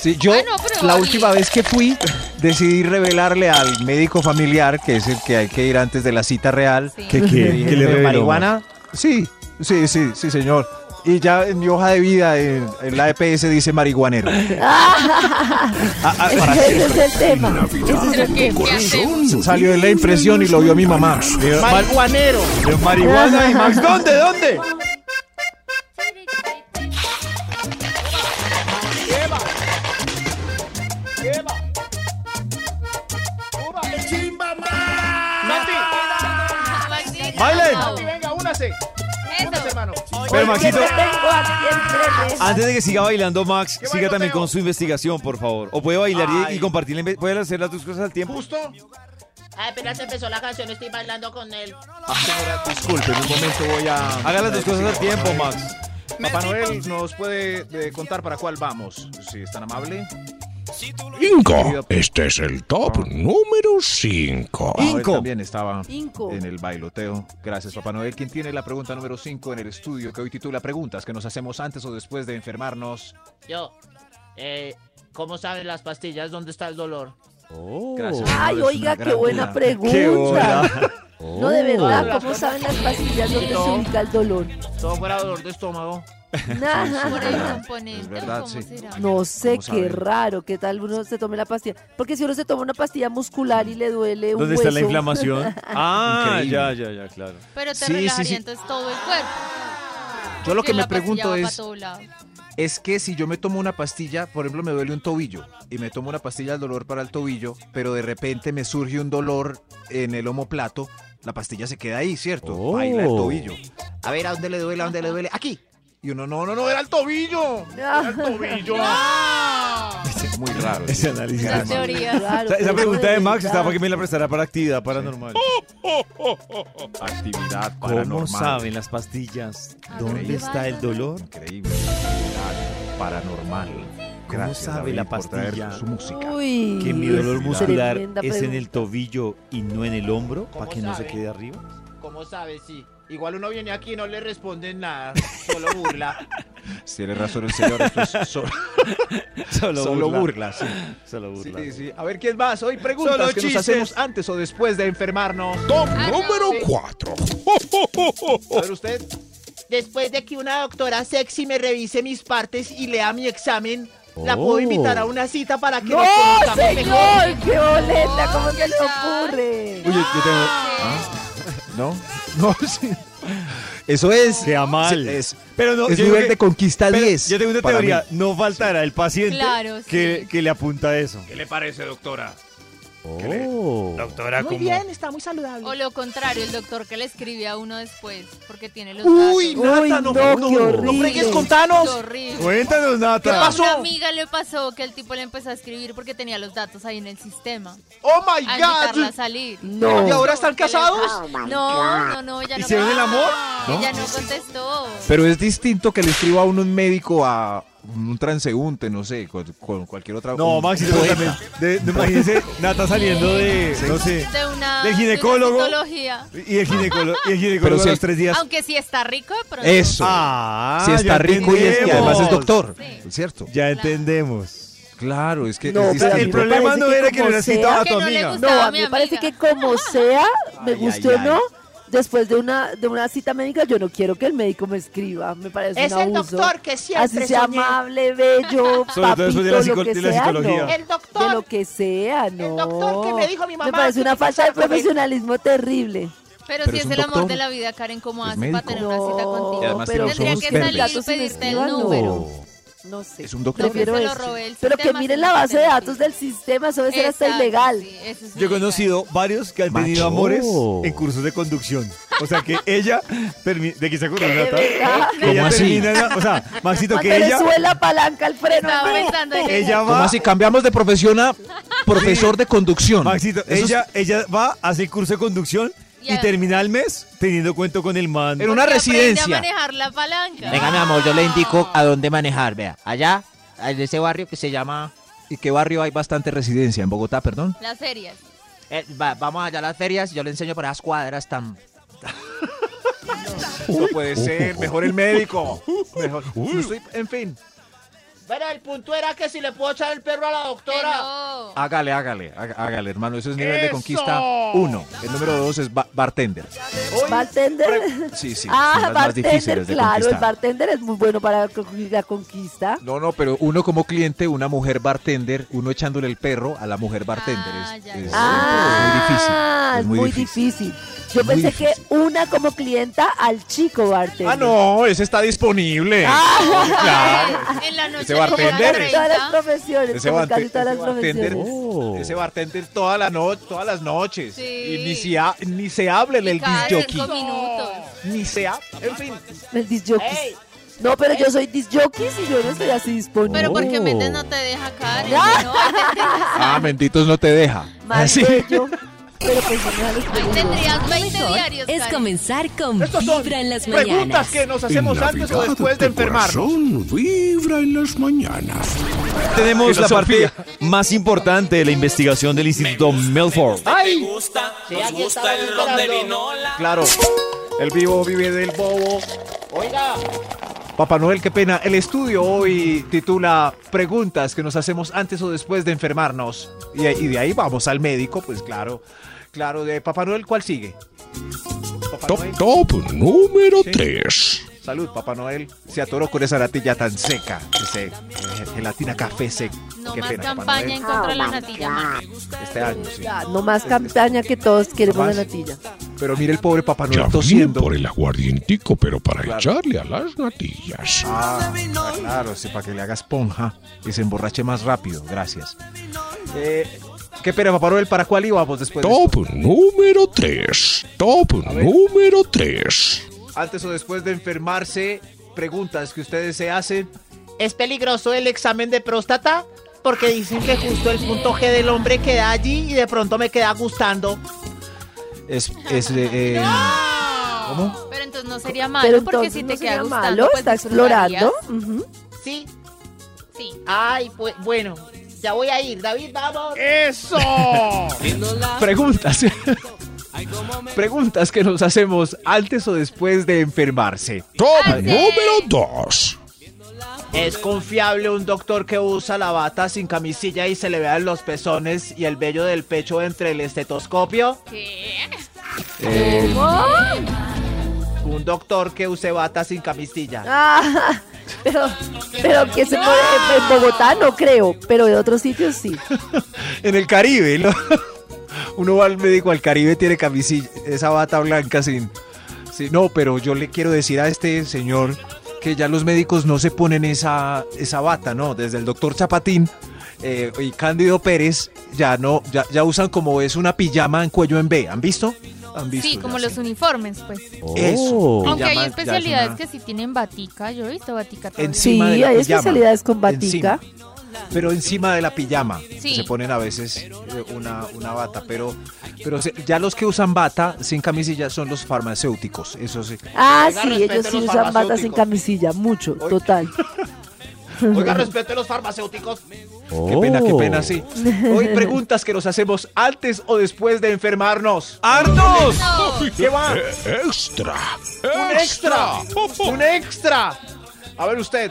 Speaker 7: Sí, yo
Speaker 9: Ah, no, pero
Speaker 7: la
Speaker 9: vale.
Speaker 7: última vez que fui decidí revelarle al médico familiar, que es el que hay que ir antes de la cita real,
Speaker 9: Sí.
Speaker 2: ¿Qué, qué?
Speaker 7: dije,
Speaker 2: ¿Qué le
Speaker 7: "¿De
Speaker 2: reveló,
Speaker 7: marihuana? Sí, sí, sí, sí, señor. Y ya en mi hoja de vida, en, en la E EPS diese marihuanero. Ah, ah, para
Speaker 5: Ese
Speaker 7: siempre.
Speaker 5: es el tema. Ese es
Speaker 9: Pero
Speaker 5: el
Speaker 9: ¿qué,
Speaker 5: tema.
Speaker 9: ¿qué hacemos?
Speaker 7: Salió en la impresión y lo vio mi mamá.
Speaker 2: Leo, mar-
Speaker 3: Marihuanero.
Speaker 2: Leo, marihuana y Max, ¿dónde? ¿Dónde?
Speaker 9: Bailen.
Speaker 3: Venga, únase. Únase, mano.
Speaker 2: Pero Maxito,
Speaker 5: Siempre tengo aquí entre
Speaker 2: antes de que siga bailando Max, siga también con su investigación, por favor. O puede bailar y- y, compartir la inve- puede hacer las dos cosas al tiempo.
Speaker 3: Justo.
Speaker 11: Ay, apenas Ah, empezó la canción, estoy bailando con él.
Speaker 7: Disculpe, en un momento voy a...
Speaker 2: Haga las dos cosas al tiempo, Max.
Speaker 7: Papá Noel nos puede eh, contar para cuál vamos, si es tan amable.
Speaker 12: Inco, este es el top número 5.
Speaker 7: Papá Noel
Speaker 2: Inco.
Speaker 7: también estaba
Speaker 5: Inco.
Speaker 7: en el bailoteo. Gracias, Papá Noel. Quien tiene la pregunta número 5 en el estudio que hoy titula Preguntas que nos hacemos antes o después de enfermarnos?
Speaker 11: Yo, eh, ¿cómo saben las pastillas dónde está el dolor?
Speaker 7: Gracias. Papá Noel,
Speaker 5: Oh. Ay,
Speaker 7: es
Speaker 5: oiga,
Speaker 7: una
Speaker 5: qué
Speaker 7: gran
Speaker 5: buena
Speaker 7: duda.
Speaker 5: pregunta. No, de verdad, Ah, ¿cómo saben las pastillas dónde se ubica el dolor?
Speaker 11: Todo fuera dolor de estómago.
Speaker 9: Por el
Speaker 5: Nah.
Speaker 9: componente.
Speaker 7: Es verdad,
Speaker 9: ¿o cómo
Speaker 7: sí.
Speaker 9: será?
Speaker 5: No sé,
Speaker 7: ¿Cómo
Speaker 5: qué
Speaker 7: saben?
Speaker 5: raro, qué tal uno se tome la pastilla. Porque si uno se toma una pastilla muscular y le duele un
Speaker 2: ¿Dónde
Speaker 5: hueso.
Speaker 2: está la inflamación? Ah,
Speaker 7: Increíble.
Speaker 2: ya, ya, ya, claro.
Speaker 9: Pero te
Speaker 7: Sí, sí,
Speaker 9: relajaría
Speaker 7: sí.
Speaker 9: entonces todo el cuerpo.
Speaker 7: Yo lo
Speaker 9: porque
Speaker 7: que me
Speaker 9: la pastilla
Speaker 7: pregunto
Speaker 9: va pa'
Speaker 7: es,
Speaker 9: todo lado.
Speaker 7: es que si yo me tomo una pastilla, por ejemplo, me duele un tobillo y me tomo una pastilla del dolor para el tobillo, pero de repente me surge un dolor en el omoplato, la pastilla se queda ahí, ¿cierto?
Speaker 9: Oh.
Speaker 7: Baila el tobillo. A ver, ¿a dónde le duele? ¿A dónde le duele? Aquí. Y uno, no, no, no, era el tobillo.
Speaker 5: Ah,
Speaker 7: Es muy raro.
Speaker 2: Ese análisis.
Speaker 9: Esa
Speaker 2: Esa,
Speaker 9: teoría.
Speaker 5: raro,
Speaker 2: esa
Speaker 5: pero
Speaker 2: pregunta de Max
Speaker 5: verdad.
Speaker 2: estaba para que me la prestara para actividad paranormal.
Speaker 7: Actividad
Speaker 2: ¿Cómo
Speaker 7: paranormal.
Speaker 2: saben las pastillas
Speaker 9: ¿A dónde
Speaker 2: dónde está
Speaker 9: bailan?
Speaker 2: el dolor?
Speaker 7: Increíble. Actividad paranormal. Gracias,
Speaker 2: sabe
Speaker 7: David,
Speaker 2: la
Speaker 7: por traer
Speaker 2: pastilla?
Speaker 7: su música.
Speaker 5: Uy,
Speaker 2: Que mi dolor
Speaker 5: es
Speaker 2: muscular
Speaker 5: tremenda
Speaker 2: es en
Speaker 5: pregunta.
Speaker 2: el tobillo y no en el hombro, para
Speaker 11: ¿Cómo
Speaker 2: que no se
Speaker 11: sabe?
Speaker 2: quede arriba.
Speaker 11: ¿Cómo sabe? Sí. Igual uno viene aquí y no le responden nada, solo burla.
Speaker 7: Tiene razón el señor. esto es so-
Speaker 2: Solo,
Speaker 7: solo
Speaker 2: burla.
Speaker 7: burla, sí.
Speaker 2: Solo
Speaker 7: Sí,
Speaker 2: burla.
Speaker 7: sí. A ver quién más. Hoy preguntas
Speaker 2: Solo
Speaker 7: que
Speaker 2: chistes.
Speaker 7: nos hacemos antes o después de enfermarnos.
Speaker 12: Top
Speaker 9: Ah, no,
Speaker 12: número
Speaker 9: sí.
Speaker 12: 4.
Speaker 7: A ver usted.
Speaker 11: Después de que una doctora sexy me revise mis partes y lea mi examen, la puedo invitar a una cita para que
Speaker 5: ¡No,
Speaker 11: nos conozcamos mejor.
Speaker 5: señor! ¡Qué boleta! ¿Cómo se le
Speaker 9: Oiga.
Speaker 5: ocurre?
Speaker 2: Uy, yo- yo tengo-
Speaker 7: ¡Ah! No, no, sí. Eso es.
Speaker 2: Queda mal.
Speaker 7: Sí, es
Speaker 2: pero no,
Speaker 7: es
Speaker 2: yo
Speaker 7: nivel
Speaker 2: digo
Speaker 7: de
Speaker 2: que-
Speaker 7: conquista
Speaker 2: pero
Speaker 7: 10.
Speaker 2: Yo tengo una
Speaker 7: para
Speaker 2: teoría.
Speaker 7: mí.
Speaker 2: No faltará el paciente
Speaker 9: Claro, sí.
Speaker 2: que, que le apunta a eso.
Speaker 6: ¿Qué le parece, doctora?
Speaker 2: Oh.
Speaker 6: ¿Qué le- Doctora,
Speaker 9: Muy
Speaker 6: ¿cómo?
Speaker 9: bien.
Speaker 11: Está muy saludable.
Speaker 9: O lo contrario, el doctor que le escribe a uno después, porque tiene los
Speaker 11: Uy,
Speaker 9: datos.
Speaker 11: Nata, no, no, no fregues con Thanos.
Speaker 9: Horrible.
Speaker 2: Cuéntanos, Nata.
Speaker 9: A Una amiga le pasó que el tipo le empezó a escribir porque tenía los datos ahí en el sistema.
Speaker 11: ¡Oh, my
Speaker 9: a
Speaker 11: God!
Speaker 9: invitarla a salir.
Speaker 11: No. ¿Y ahora están
Speaker 9: ¿Qué le-
Speaker 11: casados?
Speaker 9: No, no, no, ya no.
Speaker 7: ¿Hicieron el amor?
Speaker 9: No.
Speaker 7: No.
Speaker 9: Ella no contestó.
Speaker 7: Pero es distinto que le escriba a uno un médico a un transeúnte, no sé, con, con cualquier otra.
Speaker 2: No,
Speaker 7: un
Speaker 2: Maxi,
Speaker 7: poeta.
Speaker 2: también. De, de- imagínese, Nata saliendo de,
Speaker 7: Sí.
Speaker 2: no sé,
Speaker 9: De una,
Speaker 2: del ginecólogo.
Speaker 9: de una citología.
Speaker 2: Y el ginecólogo, y el ginecólogo
Speaker 7: Pero
Speaker 2: a
Speaker 7: sí.
Speaker 2: los tres días.
Speaker 9: Aunque sí está rico de pronto.
Speaker 7: Eso.
Speaker 2: Ah,
Speaker 7: si está
Speaker 2: ya
Speaker 7: rico y, es, y además es
Speaker 2: entendemos.
Speaker 7: doctor. ¿Cierto?
Speaker 2: Ya entendemos.
Speaker 7: Claro, es que.
Speaker 2: No,
Speaker 7: es
Speaker 2: pero
Speaker 7: distinto.
Speaker 2: a mí me parece Problema no era que
Speaker 5: como
Speaker 2: le hubieras
Speaker 5: sea-
Speaker 2: quitado a tu Que no le amiga. gustaba
Speaker 5: No,
Speaker 2: a
Speaker 5: a mí
Speaker 2: mi
Speaker 5: me parece que como sea, me guste o
Speaker 7: ay.
Speaker 5: no, después de una, de una cita médica, yo no quiero que el médico me escriba. Me parece
Speaker 11: Es
Speaker 5: un
Speaker 11: el
Speaker 5: abuso.
Speaker 11: doctor que siempre
Speaker 5: Así sea
Speaker 11: soñé.
Speaker 5: amable, bello,
Speaker 2: Sobre todo después de la
Speaker 5: papito, lo
Speaker 2: psico-
Speaker 5: que
Speaker 2: de la
Speaker 5: sea, no.
Speaker 2: psicología. El
Speaker 5: De lo que sea, no. El doctor
Speaker 11: que me dijo mi mamá
Speaker 5: Me parece
Speaker 11: que
Speaker 5: una
Speaker 11: me
Speaker 5: falta de
Speaker 11: casara con él.
Speaker 5: profesionalismo terrible.
Speaker 9: Pero,
Speaker 7: Pero
Speaker 9: si
Speaker 7: es
Speaker 9: es,
Speaker 7: un
Speaker 9: el amor
Speaker 7: doctor.
Speaker 9: de la vida, Karen, ¿cómo
Speaker 7: Es
Speaker 9: haces para
Speaker 7: médico.
Speaker 9: tener una cita contigo?
Speaker 7: Y además tiene los
Speaker 9: Tendría
Speaker 7: ojos
Speaker 9: que
Speaker 7: verdes.
Speaker 9: salir y pedirte el
Speaker 5: No.
Speaker 9: número.
Speaker 5: No sé.
Speaker 7: Es un doctor.
Speaker 5: Prefiero
Speaker 9: Creo que se
Speaker 5: eso.
Speaker 9: lo robé el
Speaker 5: Pero que
Speaker 9: sistema,
Speaker 5: miren
Speaker 9: se
Speaker 5: la
Speaker 9: lo
Speaker 5: base de
Speaker 9: permití.
Speaker 5: datos del sistema, eso debe ser hasta
Speaker 9: Exacto,
Speaker 5: ilegal.
Speaker 9: sí, eso es
Speaker 2: Yo he conocido varios que han tenido
Speaker 7: Macho.
Speaker 2: amores en cursos de conducción. O sea que ella termina. ¿De qué se acuerda, Nata?
Speaker 5: verdad?
Speaker 2: Que ella
Speaker 7: ¿Cómo así?
Speaker 2: termina. en la- O sea, Maxito,
Speaker 5: Cuando
Speaker 2: que
Speaker 5: le
Speaker 2: ella.
Speaker 5: sube la palanca al freno.
Speaker 9: Estaba
Speaker 5: no.
Speaker 9: pensando en
Speaker 2: Ella
Speaker 7: ¿Cómo
Speaker 2: va.
Speaker 7: así? Cambiamos de profesión a profesor de conducción.
Speaker 2: Maxito,
Speaker 7: Eso es-
Speaker 2: ella, ella va, hace el curso de conducción y
Speaker 9: Ya.
Speaker 2: termina el mes teniendo cuento con el man.
Speaker 7: En una
Speaker 9: Porque aprende
Speaker 7: residencia.
Speaker 9: a manejar la palanca.
Speaker 13: Venga, mi amor, yo le indico a dónde manejar, vea.
Speaker 7: Ah.
Speaker 13: Allá, en ese barrio que se llama...
Speaker 7: ¿Y qué barrio hay bastante residencia? ¿En Bogotá, perdón?
Speaker 9: Las ferias.
Speaker 13: eh, va- vamos allá a las ferias, yo le enseño por las cuadras tan...
Speaker 7: No puede ser, mejor el médico. Mejor. No estoy- en fin,
Speaker 11: Bueno, el punto era que si le puedo echar el perro a la doctora.
Speaker 7: hágale, hágale, há- hágale, hermano. Eso es nivel de
Speaker 11: ¡Eso!
Speaker 7: conquista uno. El número dos es ba- bartender.
Speaker 5: ¿Bartender?
Speaker 7: Sí, sí, son
Speaker 5: Ah,
Speaker 7: las más
Speaker 5: bartender,
Speaker 7: difíciles de
Speaker 5: claro. El
Speaker 7: conquistar.
Speaker 5: bartender es muy bueno para co- la conquista.
Speaker 7: No, no, pero uno como cliente, una mujer bartender, uno echándole el perro a la mujer bartender. es, Oh, es-
Speaker 5: Ah,
Speaker 7: es muy difícil.
Speaker 5: difícil. Yo pensé que una como clienta al chico bartender.
Speaker 7: Ah, no, ese está disponible.
Speaker 5: Ah.
Speaker 9: En la noche
Speaker 7: Ah, Ese
Speaker 9: le llega a
Speaker 7: bartender.
Speaker 9: las
Speaker 5: Todas las
Speaker 9: 30.
Speaker 5: profesiones,
Speaker 7: Ese,
Speaker 5: como
Speaker 7: barte-
Speaker 5: casi todas
Speaker 7: ese
Speaker 5: las profesiones.
Speaker 7: bartender, ese bartender toda la no- todas las noches.
Speaker 9: Sí.
Speaker 7: Y ni, se ha- ni se habla en el
Speaker 9: Cada
Speaker 7: disjockey.
Speaker 9: cinco minutos.
Speaker 7: Ni se habla. En fin.
Speaker 5: El disc jockeys. No, pero yo soy disc jockeys y yo no estoy así disponible.
Speaker 9: Pero porque Méndez no te deja, Karen. No, ahí tendrías-
Speaker 7: Ah, benditos no te deja.
Speaker 5: Más
Speaker 7: Así.
Speaker 5: bello, pero pues no me da los
Speaker 9: ahí tendrías
Speaker 1: Lo
Speaker 9: 20
Speaker 1: mejor
Speaker 9: diarios,
Speaker 1: es
Speaker 9: Karen.
Speaker 1: comenzar con Vibra en las
Speaker 10: preguntas
Speaker 1: mañanas.
Speaker 10: que nos hacemos
Speaker 12: En
Speaker 10: antes o
Speaker 12: Navidad,
Speaker 10: después de
Speaker 12: tu
Speaker 10: enfermarnos.
Speaker 12: corazón vibra en las mañanas.
Speaker 2: Tenemos la
Speaker 12: Filosofía.
Speaker 2: parte más importante de la investigación del Instituto Melford.
Speaker 11: ¡Ay!
Speaker 14: Nos gusta el ron de vinola.
Speaker 7: Claro. El vivo vive del bobo.
Speaker 11: Oiga,
Speaker 7: Papá Noel, qué pena. El estudio hoy titula Preguntas que nos hacemos antes o después de enfermarnos. Y, y de ahí vamos al médico, pues claro. Claro, de Papá Noel, ¿cuál sigue?
Speaker 12: Top, top número 3.
Speaker 7: Salud, Papá Noel. Se atoró con esa natilla tan seca. Ese, eh, gelatina café seco.
Speaker 9: No
Speaker 7: Qué
Speaker 9: más
Speaker 7: pena, Papá
Speaker 9: campaña en
Speaker 7: Noel.
Speaker 9: contra de la natilla. man.
Speaker 7: Este año, sí.
Speaker 5: Ah, No más campaña que todos queremos la
Speaker 7: Más.
Speaker 5: natilla.
Speaker 7: Pero mire el pobre Papá
Speaker 12: Ya
Speaker 7: Noel
Speaker 12: viene
Speaker 7: tosiendo.
Speaker 12: por el aguardientico, pero para
Speaker 7: Claro.
Speaker 12: echarle a las natillas.
Speaker 7: Ah, ah, claro, sí, para que le haga esponja y se emborrache más rápido. Gracias. Eh, qué pena, Papá Noel. ¿Para cuál íbamos después? de esto?
Speaker 12: Top número 3. Top número 3.
Speaker 7: Antes o después de enfermarse, preguntas que ustedes se hacen.
Speaker 11: ¿Es peligroso el examen de próstata? Porque dicen que justo el punto G del hombre queda allí y de pronto me queda gustando.
Speaker 7: Es, es, eh, eh, ¿Cómo?
Speaker 9: Pero entonces no sería
Speaker 5: Pero
Speaker 9: malo porque
Speaker 5: entonces
Speaker 9: si
Speaker 5: no
Speaker 9: te queda
Speaker 5: sería
Speaker 9: gustando,
Speaker 5: malo,
Speaker 9: pues
Speaker 5: está
Speaker 9: disfrutarías.
Speaker 5: explorando. Ujú.
Speaker 11: Sí.
Speaker 9: Sí.
Speaker 11: Ay, pues bueno, ya voy a ir. David, vamos.
Speaker 14: Eh.
Speaker 10: ¡Eso!
Speaker 7: Preguntas. preguntas que nos hacemos antes o después de enfermarse.
Speaker 12: Top
Speaker 7: Ay.
Speaker 12: número 2.
Speaker 11: ¿Es confiable un doctor que usa la bata sin camisilla y se le vean los pezones y el vello del pecho entre el estetoscopio?
Speaker 9: ¿Qué?
Speaker 7: Eh,
Speaker 11: Un doctor que use bata sin camisilla.
Speaker 5: Ah, pero, pero que se puede, en Bogotá no creo, pero de otros sitios sí.
Speaker 7: en el Caribe, ¿no? Uno va al médico al Caribe, tiene camisilla, esa bata blanca sin, sin- No, pero yo le quiero decir a este señor que ya los médicos no se ponen esa, esa bata, ¿no? Desde el doctor Chapatín eh, y Cándido Pérez ya no, ya, ya usan como es una pijama en cuello en B. ¿Han visto? ¿Han visto?
Speaker 9: Sí,
Speaker 7: ya,
Speaker 9: como los uniformes, pues.
Speaker 7: Eso.
Speaker 9: Aunque
Speaker 7: pijama ya
Speaker 9: hay
Speaker 7: es
Speaker 9: especialidades
Speaker 7: una-
Speaker 9: que sí tienen batica. Yo he visto batica todavía.
Speaker 7: Encima de
Speaker 5: Sí,
Speaker 7: la
Speaker 5: hay
Speaker 7: pijama.
Speaker 5: especialidades con batica.
Speaker 7: Encima. Pero encima de la pijama
Speaker 9: Sí.
Speaker 7: se ponen a veces eh, una, una bata, pero, pero se- ya los que usan bata sin camisilla son los farmacéuticos, eso sí.
Speaker 5: Ah,
Speaker 11: Oiga,
Speaker 5: sí,
Speaker 11: respete
Speaker 5: ellos sí
Speaker 11: los
Speaker 5: usan batas sin
Speaker 11: farmacéuticos.
Speaker 5: camisilla, mucho, total.
Speaker 11: Oiga, respete los farmacéuticos.
Speaker 7: Qué pena, qué pena, sí.
Speaker 5: Oh.
Speaker 7: Hoy preguntas que nos hacemos antes o después de enfermarnos. ¡Hartos! ¿Qué va?
Speaker 12: Extra.
Speaker 10: ¡Un extra!
Speaker 7: ¡Un extra! A ver usted.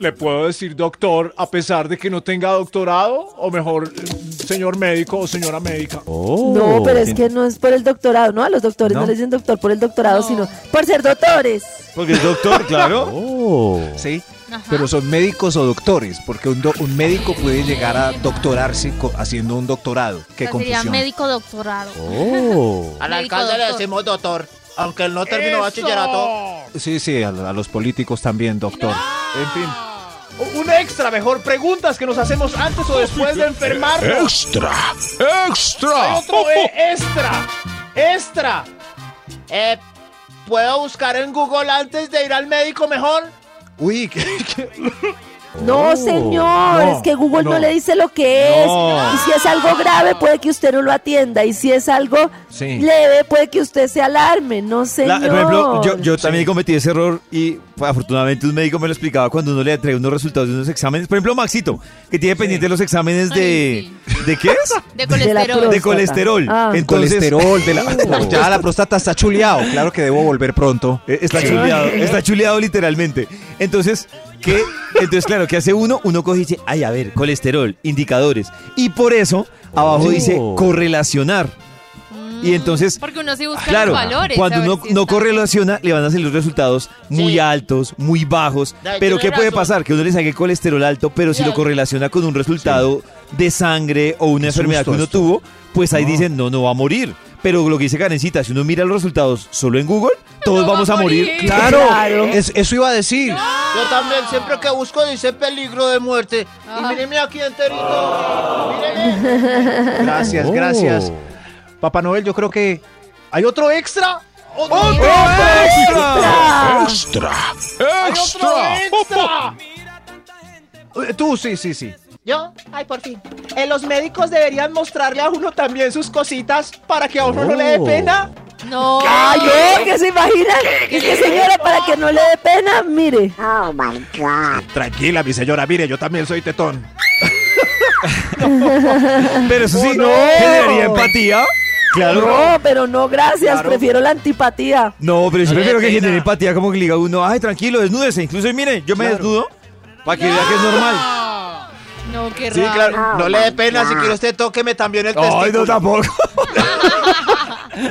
Speaker 7: ¿Le puedo decir doctor a pesar de que no tenga doctorado? O mejor, señor médico o señora médica.
Speaker 5: No, pero es que no es por el doctorado, ¿no? A los doctores no,
Speaker 7: No.
Speaker 5: les dicen doctor por el doctorado, sino por ser doctores.
Speaker 7: Porque es doctor, claro. Sí, pero son médicos o doctores, porque un, do- un médico puede llegar a doctorarse co- haciendo un doctorado. Qué
Speaker 9: O sea, sería
Speaker 7: confusión.
Speaker 9: médico doctorado.
Speaker 11: Al
Speaker 9: Médico
Speaker 11: alcalde le
Speaker 9: doctor.
Speaker 11: decimos doctor, aunque él no terminó bachillerato.
Speaker 7: Sí, sí, a, a los políticos también, doctor. En fin.
Speaker 11: Un extra, mejor preguntas que nos hacemos antes o después de enfermarnos.
Speaker 12: Extra.
Speaker 11: Hay
Speaker 12: Extra.
Speaker 11: otro eh, extra, extra. Eh, ¿Puedo buscar en Google antes de ir al médico mejor?
Speaker 7: Uy,
Speaker 5: No, señor,
Speaker 11: no,
Speaker 5: es que Google no.
Speaker 11: no.
Speaker 5: le dice lo que es.
Speaker 11: No.
Speaker 5: Y si es algo grave, puede que usted no lo atienda. Y si es algo
Speaker 2: Sí.
Speaker 5: leve, puede que usted se alarme. No,
Speaker 2: La-
Speaker 5: señor.
Speaker 2: por ejemplo, yo, yo también cometí ese error y pues, afortunadamente un médico me lo explicaba cuando uno le entrega unos resultados de unos exámenes. Por ejemplo, Maxito, que tiene pendiente los exámenes de... ¿De qué es?
Speaker 9: De
Speaker 2: colesterol. De colesterol. Ah. Entonces-
Speaker 7: colesterol de la,
Speaker 2: Oh.
Speaker 7: ya la próstata está chuleado. Claro que debo volver pronto.
Speaker 2: eh, Está chuleado, está chuleado literalmente. Entonces, ¿qué? Entonces, claro, ¿qué hace uno? Uno coge y dice, ay, a ver, colesterol, indicadores. Y por eso, abajo
Speaker 9: Oh.
Speaker 2: dice correlacionar. Y entonces,
Speaker 9: Porque uno sí busca
Speaker 2: Ah, claro,
Speaker 9: los valores.
Speaker 2: cuando
Speaker 9: a ver
Speaker 2: uno
Speaker 9: si
Speaker 2: no
Speaker 9: está-
Speaker 2: correlaciona, le van a salir los resultados muy altos, muy bajos.
Speaker 9: Ay,
Speaker 2: Pero
Speaker 9: tiene
Speaker 2: ¿qué puede
Speaker 9: razón.
Speaker 2: pasar? Que uno le saque el colesterol alto, pero si lo correlaciona con un resultado de sangre o una
Speaker 7: Qué
Speaker 2: enfermedad que
Speaker 7: susto
Speaker 2: uno
Speaker 7: esto.
Speaker 2: tuvo, pues ahí dicen, no, no va a morir. Pero lo que dice Karencita, si uno mira los resultados solo en Google, todos vamos a morir.
Speaker 11: morir.
Speaker 7: Claro,
Speaker 11: Claro.
Speaker 7: es- eso iba a decir.
Speaker 11: Yo también, siempre que busco dice peligro de muerte. Y mírenme aquí enterito. Mírenme.
Speaker 7: Gracias, gracias.
Speaker 2: Oh.
Speaker 7: Papá Noel, yo creo que hay otro extra.
Speaker 11: ¡Otro,
Speaker 7: extra!
Speaker 12: Extra.
Speaker 11: ¡Hay otro
Speaker 12: Extra.
Speaker 11: extra!
Speaker 7: Eh, Tú, sí, sí, sí.
Speaker 11: Yo, ay, por fin. Eh, los médicos deberían mostrarle a uno también sus cositas para que a uno no le dé
Speaker 7: Oh.
Speaker 11: pena.
Speaker 9: No.
Speaker 5: Ay, no, que se imagina. Es que, señora, para que no le dé pena, mire. Oh, my God.
Speaker 7: Tranquila, mi señora, mire, yo también soy tetón.
Speaker 2: Pero eso sí,
Speaker 5: no.
Speaker 2: generaría empatía. Claro.
Speaker 5: No, pero no, gracias.
Speaker 2: Claro.
Speaker 5: Prefiero la antipatía.
Speaker 2: No, pero yo
Speaker 5: No le
Speaker 2: prefiero
Speaker 5: dé
Speaker 2: que
Speaker 5: pena.
Speaker 2: genere empatía como que le diga uno, ay, tranquilo, desnúdese. Incluso, mire, yo me desnudo para que vea que es normal.
Speaker 9: No, qué raro.
Speaker 11: Sí, claro. No le dé pena si quiere usted tóqueme también el testículo.
Speaker 2: Ay, no, tampoco.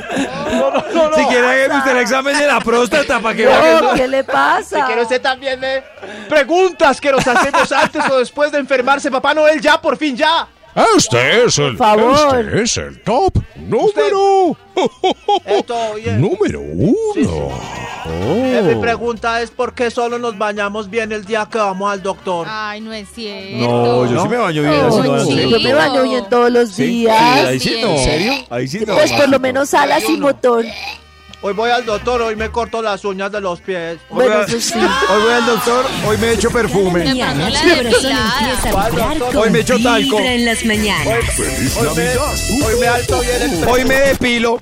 Speaker 2: Si quiere, hágame usted el examen de la próstata para que vea que es normal.
Speaker 5: ¿Qué le pasa?
Speaker 11: Si quiere usted también me... Preguntas que nos hacemos antes o después de enfermarse, Papá Noel, ya, por fin, ya.
Speaker 12: Este es el,
Speaker 11: favor.
Speaker 12: este es el top número,
Speaker 11: Esto, oye.
Speaker 12: número uno.
Speaker 11: Eh, Mi pregunta es por qué solo nos bañamos bien el día que vamos al doctor.
Speaker 9: Ay, no es cierto.
Speaker 2: No, yo sí me baño bien. así no van a hacer.
Speaker 5: Yo me baño bien todos los días.
Speaker 2: ahí sí no.
Speaker 5: ¿En serio?
Speaker 2: Ahí sí no.
Speaker 5: Pues por lo menos alas y botón.
Speaker 11: Hoy voy al doctor, hoy me corto las uñas de los pies.
Speaker 2: Hoy voy, a- hoy voy al doctor, hoy me echo perfume.
Speaker 1: Mañana tu corazón empieza a vibrar con
Speaker 2: Hoy me echo talco.
Speaker 1: vibra en las mañanas.
Speaker 12: Feliz Navidad.
Speaker 11: Hoy me alto bien el
Speaker 2: Hoy me depilo.